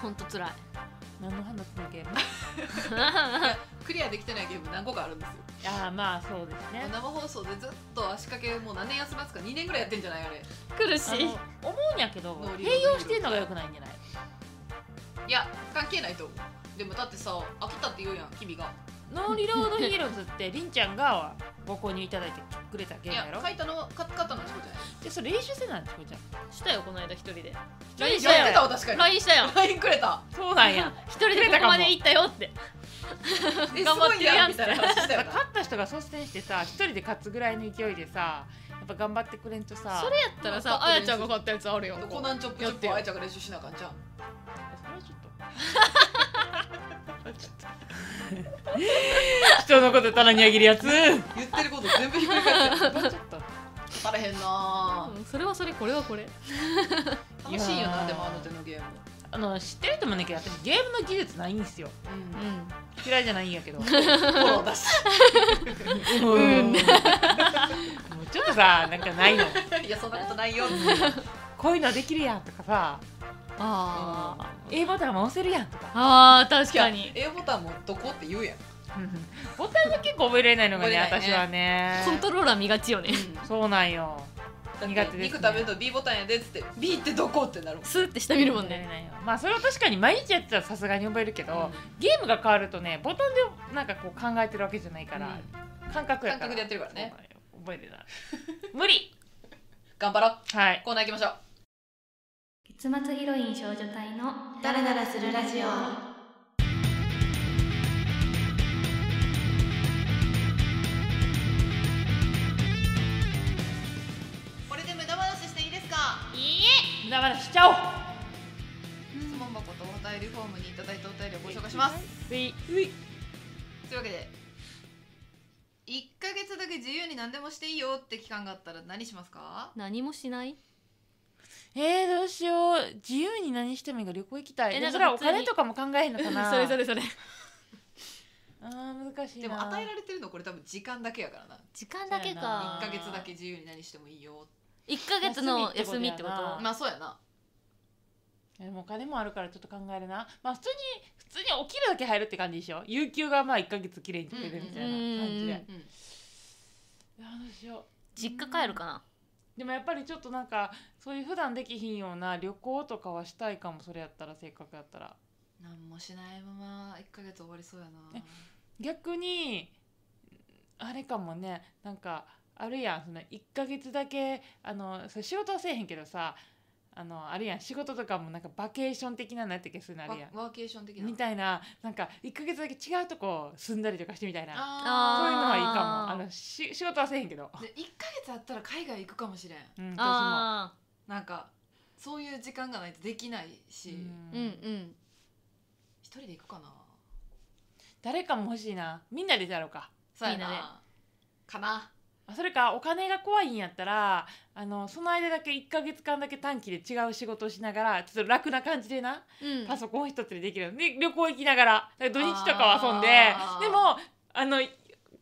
ほんと つらい何の話だったっけクリアできてないゲーム何個かあるんですよ ああまあそうですね生放送でずっと足掛けもう何年休みますか2年ぐらいやってんじゃないあれ苦あしいの思うんやけどノリノリ併用してんのが良くないんじゃないいや関係ないと思うでもだってさ飽きたって言うやん君がノーリロードヒーローズってりんちゃんがご購入いただいてくれたゲいームややろ書いたのは買ったのはチコちゃんやでそれ練習せなチコちゃんしたよこの間一人で人で LINE しやたってたよわ確かに LINE したよ LINE くれたそうなんや一人でここまで行ったよってえ頑張ってるやんすごいみたいな話したよな 勝った人が率先してさ一人で勝つぐらいの勢いでさやっぱ頑張ってくれんとさそれやったらまさああやちゃんが買ったやつあるよコ ナンチョップチョップあいちゃんが練習しなあかんじゃんそれはちょっと 人のこと棚にあげるやつ ち言ってること全部ひっ くり返ってょっとたらへんなうんそれはそれこれはこれぁ楽しいよいやなーでもあの手のゲームあの知ってると思うんだけど私ゲームの技術ないんですようんん嫌いじゃないんやけどうフォローだしーんもうちょっとさなんか ないの いやそんなことないよこういうのできるやんとかさあー A ボタンも押せるやんとかあー確かいにや A ボタンもどこって言うやんボタンが結構覚えられないのがね覚えれないね私はねコントローラー見がちよねそうなんよだって苦手ですね肉食べると B ボタンやでっつって B ってどこってなるもんスーって下見るもんね慣れないよまあそれは確かに毎日やってたらさすがに覚えるけど、ゲームが変わるとねボタンでなんかこう考えてるわけじゃないから、感覚やか感ら覚でやってるからねそうなんよ覚 えてない無理頑張ろうはいコーナー行きましょう月末ヒロイン少女隊のダラダラするラジオこれで無駄話していいですかいい無駄話しちゃおう質問箱とお便りフォームにいただいたお便りをご紹介しますういういというわけで1ヶ月だけ自由に何でもしていいよって期間があったら何しますか何もしないえー、どうしよう自由に何してもいいから旅行行きたいええなんかそれはお普通に金とかも考えへんのか なそれそれそれあー難しいでなも与えられてるのこれ多分時間だけやからな時間だけそうやかな1ヶ月だけ自由に何してもいいよ1ヶ月の休みってこ休みってことやとなまあそうやなえでもお金もあるからちょっと考えるなまあ普通に普通に起きるだけ入るって感じでしょ有給がまあ1か月きれいに取れるみたいな感じうで、んうんうんうんうんいやどうしよう実家帰るかなでもやっぱりちょっとなんかそういう普段できひんような旅行とかはしたいかもそれやったらせっかくやったら何もしないまま1ヶ月終わりそうやなえ逆にあれかもねなんかあるやんその1ヶ月だけあのそれ仕事はせえへんけどさあのあるやん仕事とかもなんかバケーション的なのやったっけそういうのあワるやんワーケーション的なみたいななんか1ヶ月だけ違うとこ住んだりとかしてみたいなそうあいうのはいいかあーもあのし仕事はせえへんけどー、で1ヶ月あったら海外行くかもしれんうん私もあなんかそういう時間がないとできないし一、あうんうん人で行くかな誰かも欲しいなみんなでやろうかそうやみんななでかなあそれかお金が怖いんやったらあのその間だけ1か月間だけ短期で違う仕事をしながらちょっと楽な感じでな、うんパソコン一つでできるので旅行行きながらだから土日とかは遊んであーでもあの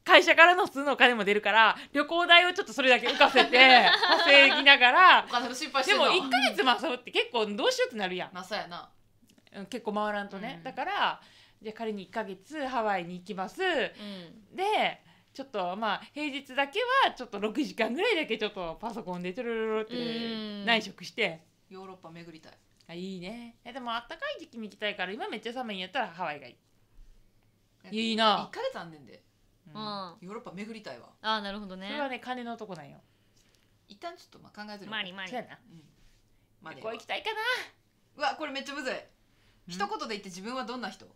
会社からの普通のお金も出るから旅行代をちょっとそれだけ浮かせ て稼ぎながらお金の心配してでるもの1か月も遊ぶって結構どうしようってなるやんまあそうやなうん結構回らんとね、うんだからじゃあ仮に1か月ハワイに行きますうんでちょっとまあ平日だけはちょっと6時間ぐらいだけちょっとパソコンでトゥルルルってうん内職してヨーロッパ巡りたいあいいねえでもあったかい時期に行きたいから今めっちゃ寒いんやったらハワイがいい、いいな1ヶ月あんねんでうんうんあヨーロッパ巡りたいわあなるほどそれはねね金のとこなんよ一旦ちょっとまあ考えてるマリマリそうやなうんまで旅行行きたいかなうわこれめっちゃむずい一言で言って自分はどんな人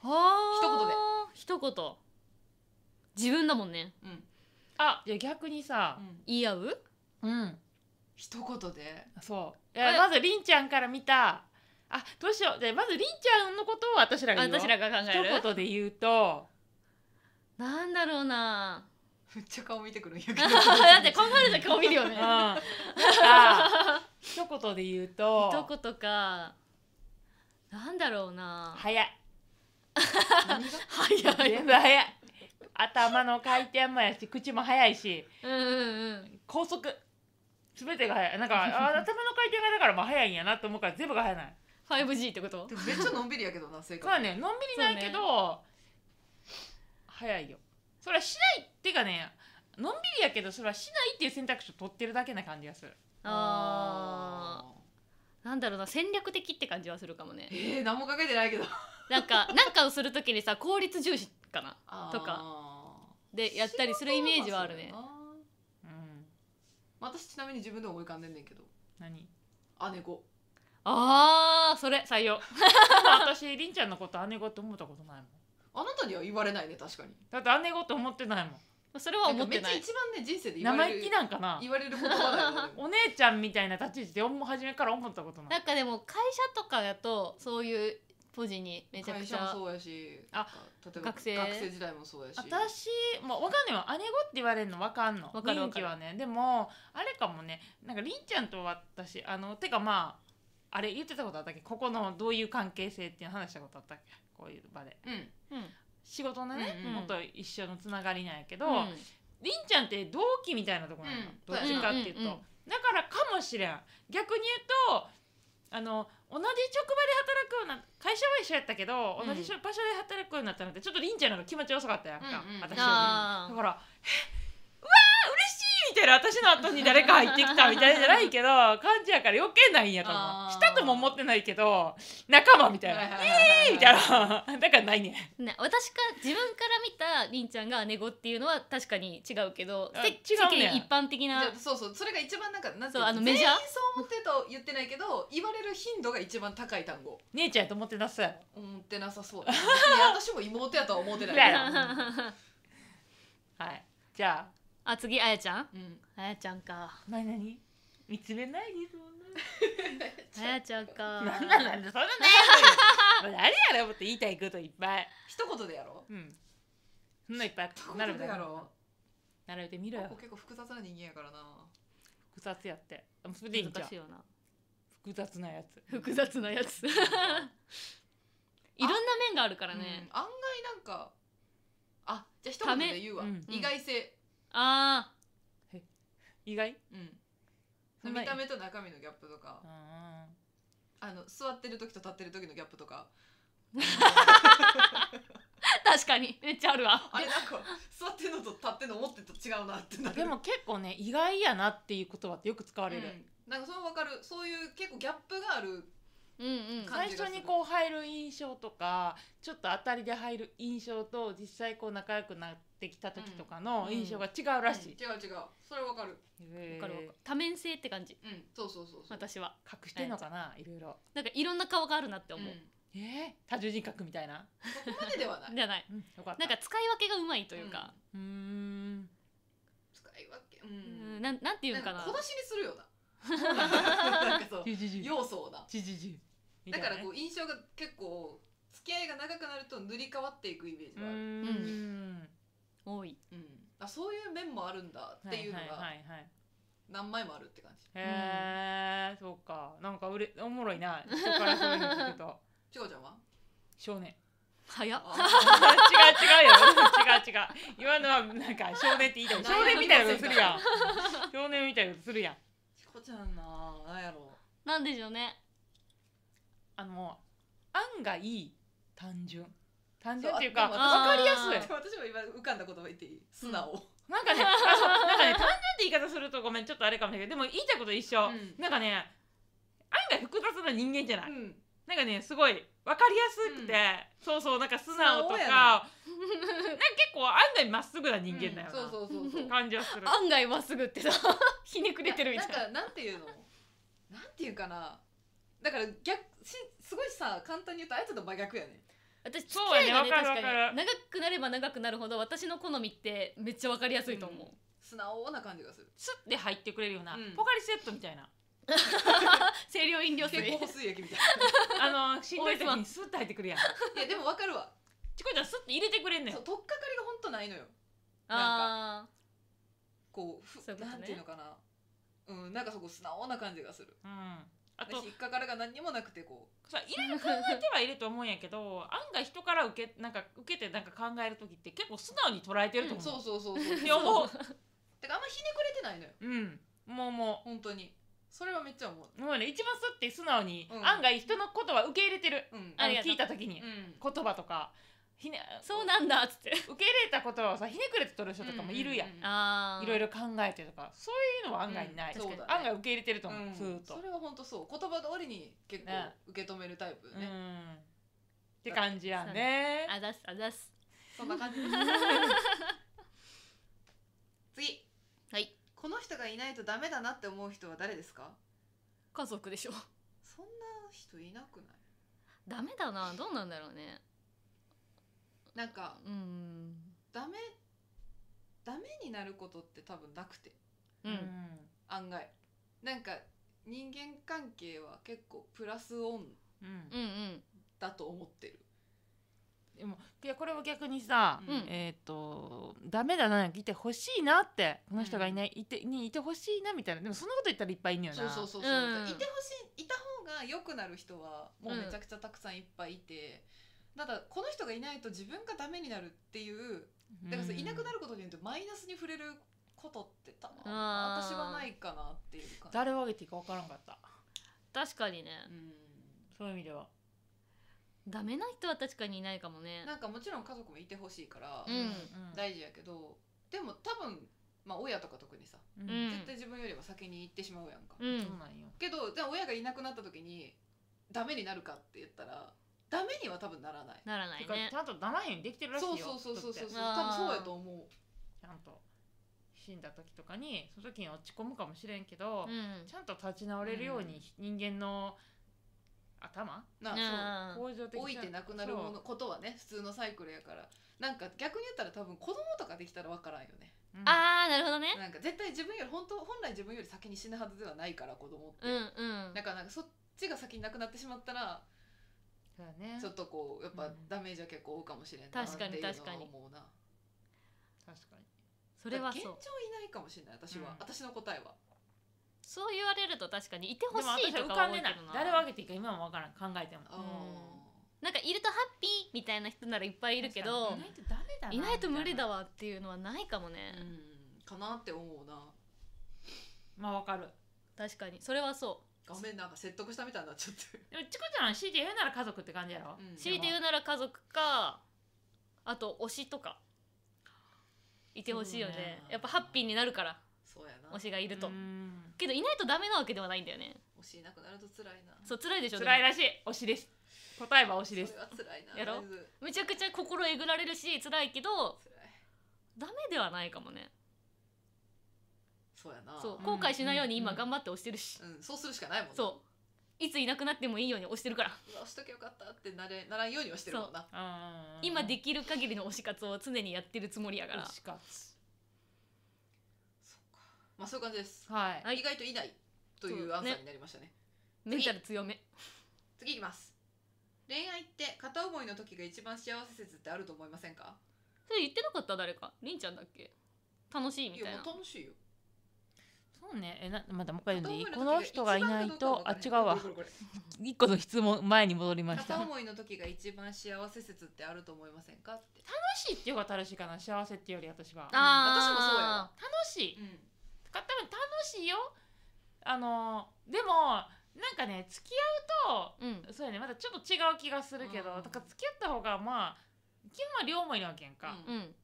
はあ一言で一言自分だもんねうんあじゃあ逆にさうん言い合ううん一言でそうあえまずりんちゃんから見たあどうしようじゃあまずりんちゃんのことを私らが言おう私らが考える一言で言うとなんだろうなめっちゃ顔見てくるんやけど だって考えると顔見るようね んなんか一言で言うと一言かなんだろうな早い何が早い全部早い頭の回転もやし口も早いしうんうんうん 高速全てが早いなんかあ頭の回転がだからまあ早いんやなと思うから全部が早ないフ 5G ってことでもめっちゃのんびりやけどな生活まあねのんびりないけど、早いよそれはしないっていうかねのんびりやけどそれはしないっていう選択肢を取ってるだけな感じがするあーなんだろうな戦略的って感じはするかもねーえー、何もかけてないけ どなんかなんかをする時にさ効率重視かなととかでやったりするイメージはあるねうんまあ私ちなみに自分でも思い浮かんでんねんけど何あ猫あーそれ採用私りんちゃんのこと姉子って思ったことないもんあなたには言われないね確かにだって姉子って思ってないもんそれは思なっんかめてっちなゃい一番ね人生で言わ生れ意る気なんかな、言われる言葉 だよ、ねお姉ちゃんみたいな立ち位置で思初めから思ったことないなんかでも会社とかだとそういうポジにめちゃく会ち社もゃそうやしあ例えば学生時代もそうやし私もうわかんないわ姉子って言われるのわかんのわかる雰囲気はねでもあれかもねなんかりんちゃんと私あのてかまああれ言ってたことあったっけここのどういう関係性っていうの話したことあったっけこういう場でうんうん仕事のね、うんうんもっと一緒のつながりなんやけど、うんりんちゃんって同期みたいなとこなの、うんどっちかっていうと、うんうんうんだからかもしれん逆に言うとあの同じ職場で働くような会社は一緒やったけど、うん同じ場所で働くようになったのってちょっとりんちゃんの方が気持ちよかったやんか、うんうん私よりあだーから「えうわー嬉しい!」みたいな私の後に誰か入ってきたみたいじゃないけど感じやから余計ないんやと思あうーしたとも思ってないけど仲間みたいなは「いはいはいはいえー!」みたいな だからないねね、私か自分から見たりんちゃんが姉子っていうのは確かに違うけど、あせ違うね世間一般的なじゃあそうそうそれが一番なんかなんてそいううあのメジャー全員そう思ってと言ってないけど言われる頻度が一番高い単語姉ちゃんやと思ってなさい思ってなさそうだねいや私も妹やとは思ってないけどはいじゃあ あ次あやちゃんうんあやちゃんか何何見つめないですもんねあやちゃん かなんなんなんだそんな悩んでるまああれやろもっと言いたいこといっぱい一言でやろうんそんないっぱい一並言べでてやろ並べてみろこよこ結構複雑な人間やからな複雑やってでもそれでいいんちゃ難うしいよな複雑なやつ複雑なやついろんな面があるからね、うん案外なんかあじゃあ一言で言うわ、ためうん意外性あ意外うんそんな見た目と中身のギャップとかあーあの座ってる時と立ってる時のギャップとかあ確かにめっちゃあるわあれなんか座ってるのと立ってるの思ってたと違うなってなるでも結構ね意外やなっていう言葉ってよく使われる、うん、なんかその分かるそういう結構ギャップがあるうんうん感最じ初がするにこう入る印象とかちょっと当たりで入る印象と実際こう仲良くなってきた時とかの印象が違うらしうんい、違う違うそれ分かるへーわかるわかる多面性って感じうんそうそうそうそう私は隠してんのかないろいろなんかいろんな顔があるなってう思う、んえー、多重人格みたいな、そこまでではない じゃないうん、よかったなんか使い分けがうまいというか、うーん使い分けううんん、なんなんていうのかなんなか小出しにするよななんかそうじゅじゅじゅ要素をなじゅじゅじゅみただいかならねこう印象が結構付き合いが長くなると塗り替わっていくイメージうはある、ーん多いうんあそういう面もあるんだっていうのはいはいはがいはい何枚もあるって感じへえ、そうかなんかうれおもろいな人からそういうの聞く とチコちゃんは少年早っ違う違うよあ違う違う今のはなんか少年って言いた い少年みたいなことするやん少年みたいなことするやん チコちゃんななんやろなんでしょうねあの案外単純単そ純っていうでかもあわかりやすーいでも私も今浮かんだ言葉言っていい素直、なんかね、あそうなんかね、単純って言い方するとごめん、ちょっとあれかもしれないけど、でも言いたいこと一緒。うんなんかね、案外複雑な人間じゃない。うんなんかね、すごい分かりやすくて、うそうそう、なんか素直と素直か、やなんなか結構案外まっすぐな人間だよな。うんそうそうそうそう感じはする。案外まっすぐってさ ひねくれてるみたいななんかなんていうのなんていうかなだから逆しすごいさ簡単に言うとあやつと真逆やね私付きそう合いやがねねわか確るかにわかる長くなれば長くなるほど私の好みってめっちゃわかりやすいと思う、素直な感じがするスッて入ってくれるような、うんポカリセットみたいな。清涼飲料水結構う補水液みたい あの、しんどい時にスッて入ってくるやん。ないやでも分かるわチコちゃんスッて入れてくれんねんそう。取っかかりが本当ないのよあこうふそういうことねなんていうのかなうんなんかそこ素直な感じがするうん。あと私、引っかからが何にもなくてこさいろいろ考えてはいると思うんやけど案外人から受けなんか受けてなんか考える時って結構素直に捉えてるとう思う。そうそ うそうそうって思うだからあんまひねくれてないのようん、もうも本当にそれはめっちゃ思うもうね一番そうって素直に、うん案外人のことは受け入れてる、うんああのりがとう聞いた時に、うん言葉とかひねそうなんだっつって受け入れたことをさひねくれて取る人とかもいるやん,、ううあーいろいろ考えてとかそういうのは案外ない、うんそうだね案外受け入れてると思う、うんずーっと、それは本当そう言葉通りに結構ね受け止めるタイプうん、ね、って感じやねあざすあざすそんな 感じ次はいこの人がいないとダメだなって思う人は誰ですか家族でしょ そんな人いなくないダメだなどうなんだろうねなんかうんダメダメになることって多分なくてううんん案外なんか人間関係は結構プラスオンううんんうんだと思ってるでもいやこれは逆にさ、うんえっ、とダメだないてほしいなってこの人がいない、いてにいてほしいなみたいなでもそんなこと言ったらいっぱいいんのよそうなそうそうそう、うんいてほしいいた方が良くなる人はもうめちゃくちゃたくさんいっぱいいて、ただこの人がいないと自分がダメになるっていううんだからそういなくなることによってマイナスに触れることってたあー私はないかなっていう感じ誰を挙げていいか分からんかった確かにねうんそういう意味ではダメな人は確かにいないかもねなんかもちろん家族もいてほしいから、うん大事やけどでも多分まあ親とか特にさ、うんうん絶対自分よりは先に行ってしまうやんか、うんそうなんよけどじゃあ親がいなくなった時にダメになるかって言ったらダメには多分ならないならなていかねちゃんとならへんできてるらしいそようそうそうそうそう人ってだって多分そうやと思うちゃんと死んだ時とかにその時に落ち込むかもしれんけど、うんちゃんと立ち直れるように人間の頭、なああ向上的そう老いてなくなるものことはね普通のサイクルやからなんか逆に言ったら多分子供とかできたらわからんよねそうあーなるほどねなんか絶対自分より本当本来自分より先に死ぬはずではないから子供って、うんうんだからなんかそっちが先に亡くなってしまったらそうだねちょっとこうやっうぱんダメージは結構多いかもしれんないなっていうのは確かに思うな確かにそれは現そ状ういないかもしれない私は、うん私の答えはそう言われると確かにいてほでしも私いとはかは浮かん多でいないけどな誰を挙げていいか今も分からん考えてもあなんかいるとハッピーみたいな人ならいっぱいいるけど確かにいないとダメだないないと無理だわわっていうのはないかもねーうん、かなって思うなまあわかる確かにそれはそ画面なんか説得したみたいになっちゃって るでもチコちゃんは強いて言うなら家族って感じやろ、うんう強いて言うなら家族かあと推しとかいてほしいよねそうねやっぱハッピーになるからそうやな推しがいると、うんけどいないとダメなわけではないんだよね推しいなくなると辛いなそう辛いでしょ辛いでらしい推しです答えは推しですそれは辛いなやろだいぶもめちゃくちゃ心えぐられるし辛いけど辛いダメではないかもねそうやなそううん後悔しないように今うん頑張って推してるし、うん、そうするしかないもんなそういついなくなってもいいように推してるからうわしとけよかったってなれならんようにはしてるもんなうん今できる限りの推し活を常にやってるつもりやから推し活そうかまあそういう感じです、はいはい意外といないというアンサーになりましたねメンタル強め次いきます恋愛って片思いの時が一番幸せ説ってあると思いませんかそれ言ってなかった誰かりんちゃんだっけ楽しいみいたやいなもう楽しいよそうねえなまだもう一回読んでいい片こ思のい時人がいないとあ違うわが一番かどうかわからへんこれこれこれ一個の質問前に戻り ました片楽思いの時が一番幸せ説ってあると思いませんかってしいっていうが正しいかな幸せっていうより私は楽ああしいうんか多分楽しいよあのでもなんかね付き合う私もそうやうんとそうやねまたちょっと違う気がするけど、うんだから付き合った方がまあ基本は両思いなわけやんか、うん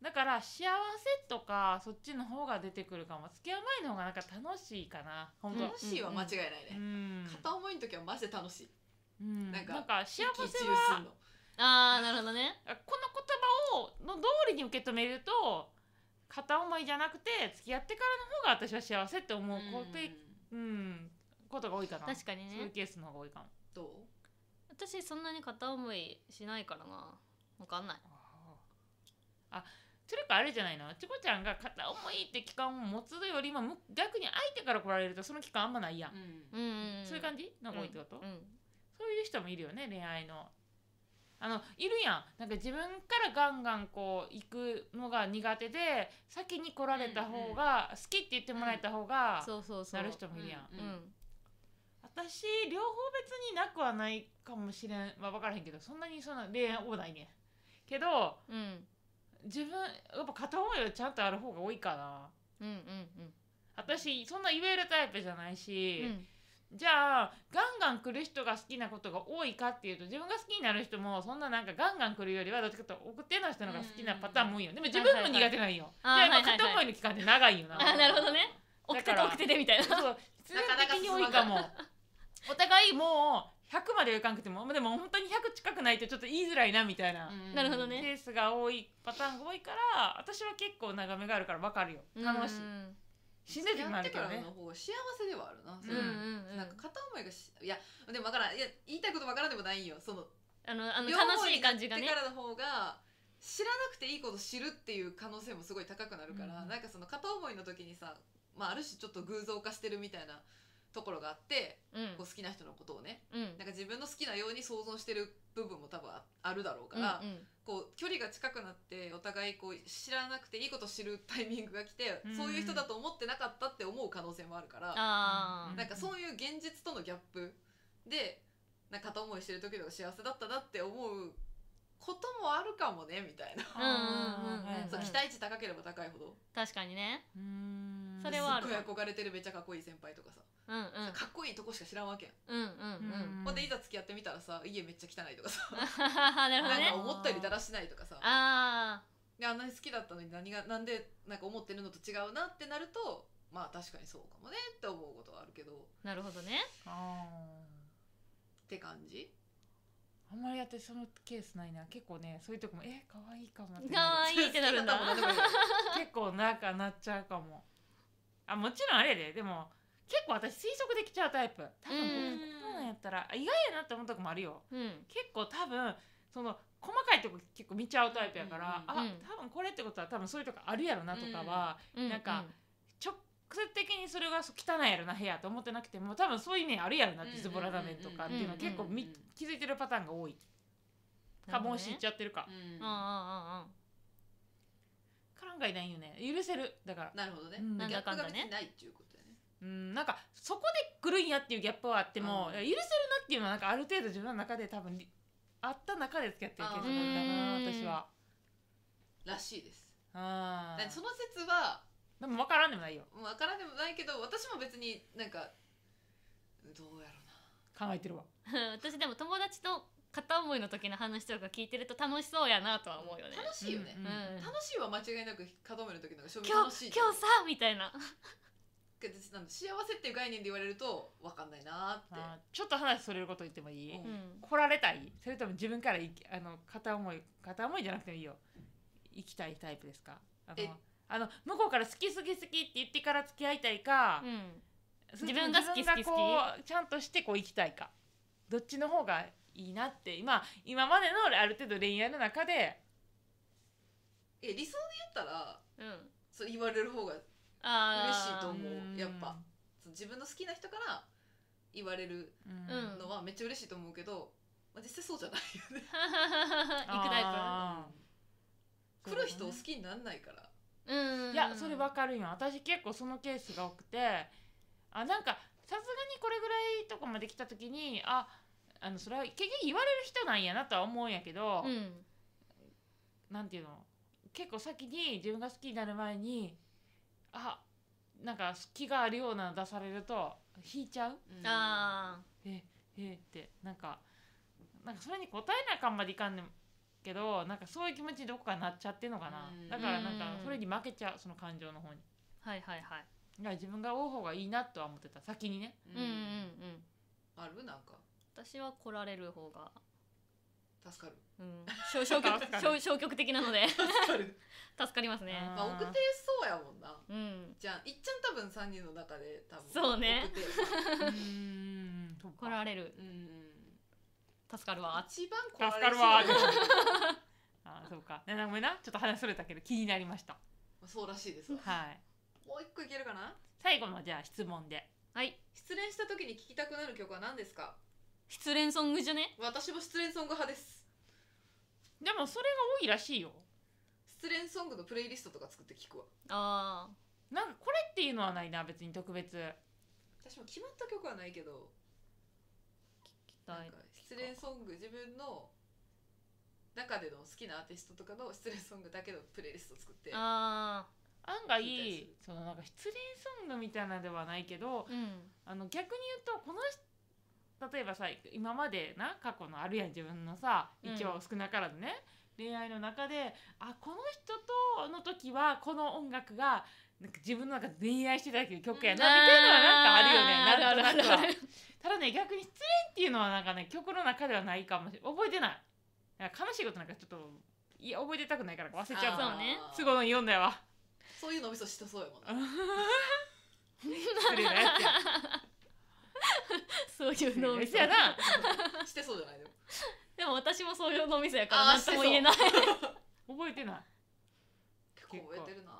だから幸せとかそっちの方が出てくるかも付き合う前の方がなんか楽しいかな本当うん楽しいは間違いないね、うん片思いの時はマジで楽しいうんなんかなんか幸せ一憂すはんのあーなるほどねこの言葉をの通りに受け止めると片思いじゃなくて付き合ってからの方が私は幸せって思うこんと,、うんことが多いかな確かにそういうねケースの方が多いかもどう私そんなに片思いしないからなわかんないあそれかあれじゃないのチコちゃんが片思いって期間を持つよりもむ逆に相手から来られるとその期間あんまないやん、うんん、んんそういう感じの方が多いってこと、うんそういう人もいるよね恋愛の。あのいるやんなんか自分からガンガンこう行くのが苦手で先に来られた方が好きって言ってもらえた方がそうそうそうなる人もいるやん、うんうん私両方別になくはないかもしれん、まあ、分からへんけどそんなにそんな恋愛多ないねんけどうん自分やっぱ片思いはちゃんとある方が多いかなうんうんうん私そんな言えるタイプじゃないしう、んじゃあガンガン来る人が好きなことが多いかっていうと自分が好きになる人もそんななんかガンガン来るよりはどっちかというと奥手な人の方が好きなパターンも多いよでも自分も苦手なんよ、はいはいはいじゃあ今片思いの期間って長いよなあなるほどね奥手だとから奥手でみたいなそう必然的に多いかもお互いもう100まではいかんくてもでも本当に100近くないとちょっと言いづらいなみたいな、なるほどねケースが多いパターンが多いから私は結構長めがあるから分かるよ楽しいうんしんどい時もやっあてるけかどらねの方が幸せではあるな、うんうんうんなんか片思いがしいやでもわからんいや言いたいことわからんでもないんよそのあのあの両思楽しい感じがにねなってからの方が知らなくていいこと知るっていう可能性もすごい高くなるから、うんなんかその片思いの時にさ、まあ、ある種ちょっと偶像化してるみたいなところがあって、うんこう好きな人のことをねうんなんか自分の好きなように想像してる部分も多分ああるだろうかうんら、うんこう距離が近くなってお互いこう知らなくていいこと知るタイミングが来て、うんそういう人だと思ってなかったって思う可能性もあるから。あなんかそういう現実とのギャップでなんか片思いしてる時の方が幸せだったなって思うこともあるかもねみたいな、うんうんうんうんはいはいそう期待値高ければ高いほどー確かにねうーんそれはあるすっごい憧れてるめっちゃかっこいい先輩とかさ、うんうんかっこいいとこしか知らんわけやん、うんうんうんうんほんでいざ付き合ってみたらさ家めっちゃ汚いとかさ、あ なるほどなんねか思ったよりだらしないとかさあであんなに好きだったのに何がなんでなんか思ってるのと違うなってなるとまあ確かにそうかもねって思うことはあるけどっーなるほどねあて感じーあんまりやってそのケースないな結構ねそういうとこもえ可愛いかもって可なあ愛いいってなるんだ好きったもんねでも る結構なんかなっちゃうかもあもちろんあれやででも結構私推測できちゃうタイプ多分こうんうこうなんやったらあ意外やなって思うとこもあるようん結構多分その細かいとこ結構見ちゃうタイプやから、うんうんうんあ多分これってことは多分そういうとこあるやろなとかは、うなんか直接的にそれがそう汚いやろな部屋と思ってなくても多分そういうねあるやろなっうんうんてうんズボラな面とかっていうのは結構うみ、んうんうん気づいてるパターンが多いかもう知っちゃってるか、うんうんうんうんカランがいないよね許せるだからなるほどね、うんギなんだャッかんプだが別ねにないっていうことだよねうんなんかそこで来るんやっていうギャップはあっても、うん許せるなっていうのはなんかある程度自分の中で多分りあった中で付き合ってるあケーースなんだな私は。らしいですあだってその説はでも分からんでもないよまあわからんでもないけど私も別になんかどうやろ考えてるわ。うん私でも友達と片思いの時の話とか聞いてると楽しそうやなとは思うよねうな楽しいよね、うんうん楽しいは間違いなく角目の時の方が正面今楽日しい今日さみたいなけどなんだ幸せっていう概念で言われると分かんないなーってあーちょっと話それること言ってもいい、うんうん来られたいそれとも自分からいきあの片思い片思いじゃなくてもいいよ行きたいタイプですかあえのあの向こうから好き好き好きって言ってから付き合いたいかう、んそれ自分が好き自分こうちゃんとしてこう行きたいかどっちの方がいいなって今今までのある程度恋愛の中でえ理想で言ったらうんそう言われる方があ嬉しいーと思うーんやっぱその自分の好きな人から言われるうんうんのはめっちゃ嬉しいと思うけど、まあ、実際そうじゃないよね 行くタあー来る人を好きになんないからイプうんいやそれわかるよ私結構そのケースが多くてあなんかさすがにこれぐらいとかまで来た時にああのそれは結局言われる人なんやなとは思うんやけど、うんなんていうの結構先に自分が好きになる前にあなんか隙があるようなの出されると引いちゃううんあええってなんかなんかそれに応えなあかんまでいかんねんけどなんかそういう気持ちにどこかなっちゃってんのかなうんだからなんかうんそれに負けちゃうその感情の方に。ーはいはいはいいや自分が多い方がいいなとは思ってた先にねううんうんうんん、うんあるなんか私は来られる方が助かる うん消消極消消極的なので 助かる助かりますねまあ、奥手そうやもんな。うんじゃあ、いっちゃん多分三人の中で、多分。そうね奥手や うーんそっ来かられるうんうん。助かるわ一番助怖かい。るわーあーそうかねごめんなちょっと話それたけど気になりましたそうらしいですわ。はいもう一個いけるかな。最後のじゃあ質問ではい失恋した時に聴きたくなる曲は何ですか。失恋ソングじゃね私も失恋ソング派です。でもそれが多いらしいよ失恋ソングのプレイリストとか作って聞くわ。あなんこれっていうのはないな別に特別私も決まった曲はないけど、あなんか失恋ソング自分の。中での好きなアーティストとかの失恋ソングだけのプレイリスト作って。あ案外聞いたりするそのなんか失恋ソングみたいなのではないけどうんあの逆に言うとこの人例えばさ今までな過去のあるやん自分のさうん一応少なからずね、恋愛の中であこの人との時はこの音楽がなんか自分の中で恋愛してたけど曲やなみたいなのはなんかあるよねなんとなくはあるあるあるただね逆に失恋っていうのはなんかね曲の中ではないかもしれない覚えてないなんか悲しいことなんかちょっといや覚えてたくないから忘れちゃうあーもんそうね都合のいい読んだよわ そういうのおみそしたそうやも んな失礼なやつやそういう失礼脳なみやそつやなしてそうじゃないでも でも私もそういう脳みそやからあー何とも言えない覚えてない結構覚えてるな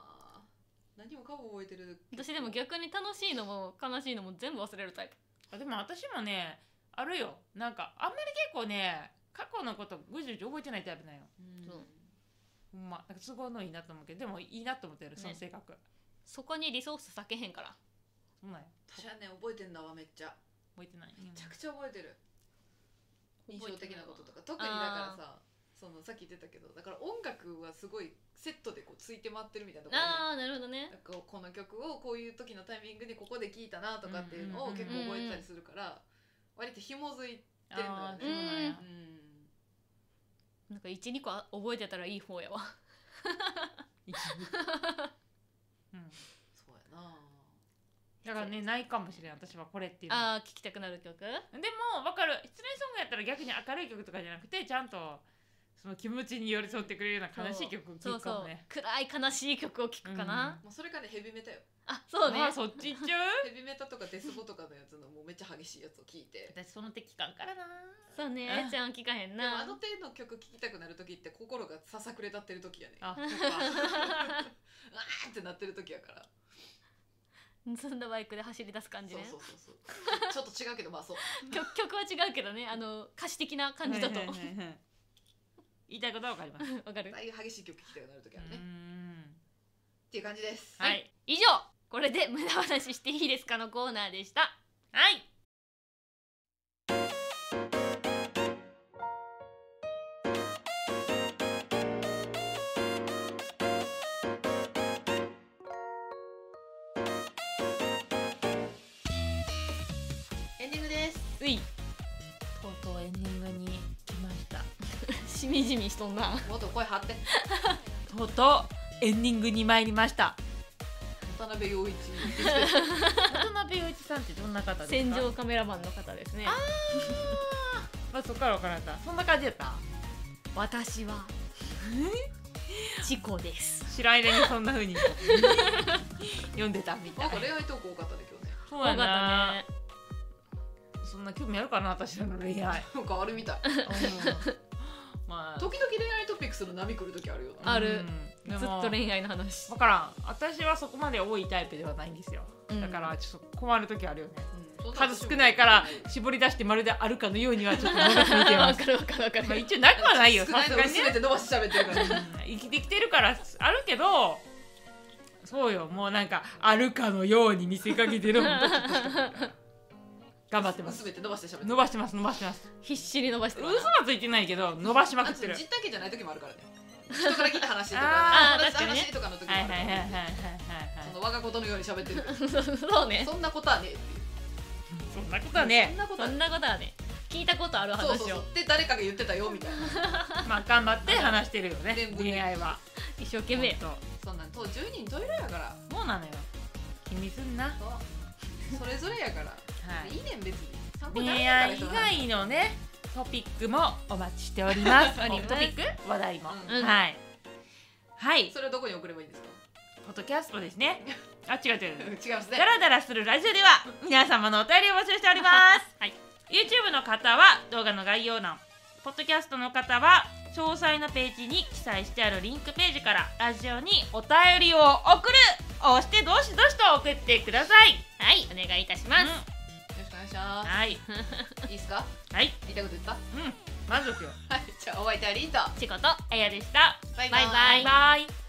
何もかも覚えてる 私でも逆に楽しいのも悲しいのも全部忘れるタイプあでも私もねあるよなんかあんまり結構ね過去のことぐじゅぐじゅ覚えてないタイプなんようんそうほんまなんか都合のいいなと思うけどでもいいなと思ってるそのね性格、そこにリソース避けへんからそんなんや私はね覚えてんだわめっちゃ覚えてないめちゃくちゃ覚えてる印象覚えて的なるわこととか特にだからさそのさっき言ってたけどだから音楽はすごいセットでこうついて回ってるみたいなところあああなるほどねるやんなんかこの曲をこういう時のタイミングでここで聴いたなとかっていうのをうんうん結構覚えてたりするから割と紐づいてってんのあよねーそうなんやう、んなんか12個あ覚えてたらいい方やわ一部うん、そうやなだからねないかもしれん私はこれっていうのはああ聞きたくなる曲でも分かる失恋ソングやったら逆に明るい曲とかじゃなくてちゃんとその気持ちに寄り添ってくれるような悲しい曲をそ聴うくそかうもね暗い悲しい曲を聴くかな、もうそれからねヘビメタよあそうねまあそっち行っ ちゃうヘビメタとかデスボとかのやつのもうめっちゃ激しいやつを聴いて私その敵感からなそうねあえちゃん聞かへんでもあなの手の曲聴きたくなる時って心がささくれ立ってる時やねあそっかうわーってなってる時やから 盗んだバイクで走り出す感じそうねそうそうそうちょ っと違うけどまあそう曲曲は違うけどねあの歌詞的な感じだとはいはいはいはい言いたいことは分かります わかるああいう激しい曲聴きたくなる時あるねうーっんていう感じですはい以上これで無駄話していいですかのコーナーでしたはいエンディングですういとうとうエンディングに来ました しみじみしとんなもっと声張ってとうとうエンディングに参りました渡辺陽一渡辺陽一さんってどんな方ですか戦場カメラマンの方ですねまあそっから分からんたそんな感じやった私 は事故です知らん間にそんな風に読んでたみたないんか恋愛トーク多かったね今日ねそう多かやっな、たねそんな興味あるかな私らの 恋愛なんかあるみたいまあ時々恋愛トピックスの波来る時あるよなあるうんずでっもと恋愛の話分からん私はそこまで多いタイプではないんですよ、うんだからちょっと困る時あるよねうんそんな数少ないから絞り出してまるであるかのようにはちょっと伸ばしてみてまわすかるわかるわか まある一応なくはないよ少さないすのがをにね全て伸ばし喋ってる から生きてきてるからあるけどそうよもうなんかあるかのように見せかけてるもんだって確かに頑張ってます全て伸ばして喋って伸ばしてます伸ばしてます 必死に伸ばして嘘るわはついてないけど伸ばしまくあっとてる実体験じゃない時もあるからね人から聞いた話 とかあー友達確かのにね話とかの時もはいあはるいかはいらはいはいはいその我がことのように喋ってる そうね そんなことはねえっていうそんなことはねそんなことそはねんなことはね聞いたことあるえそうそう話そうをって誰かが言ってたよみたいなまあ頑張って話してるよね全部ね恋愛は一生懸命ほんそんなんと10人トイレやからとそうなのよ気にすんな、はそうそれぞれやから、い、いねん別に参考に恋ならんから愛以外のねトピックもお待ち しておりますおりますトピック話題も、うんはいはいそれはどこに送ればいいんですかポッドキャストですねあ違う違う 違いますね ダラダラするラジオでは皆様のお便りを募集しており ます、はい、 YouTube の方は動画の概要欄ポッドキャストの方は詳細のページに記載してあるリンクページからラジオにお便りを送るを押してどしどしと送ってくださいはいお願いいたします、うんよろしくお願いしまはいすいいですかはい言いたいこと言ったうん満足よはいじゃあお相手はリンとチコとあやでしたバイバイバイバイ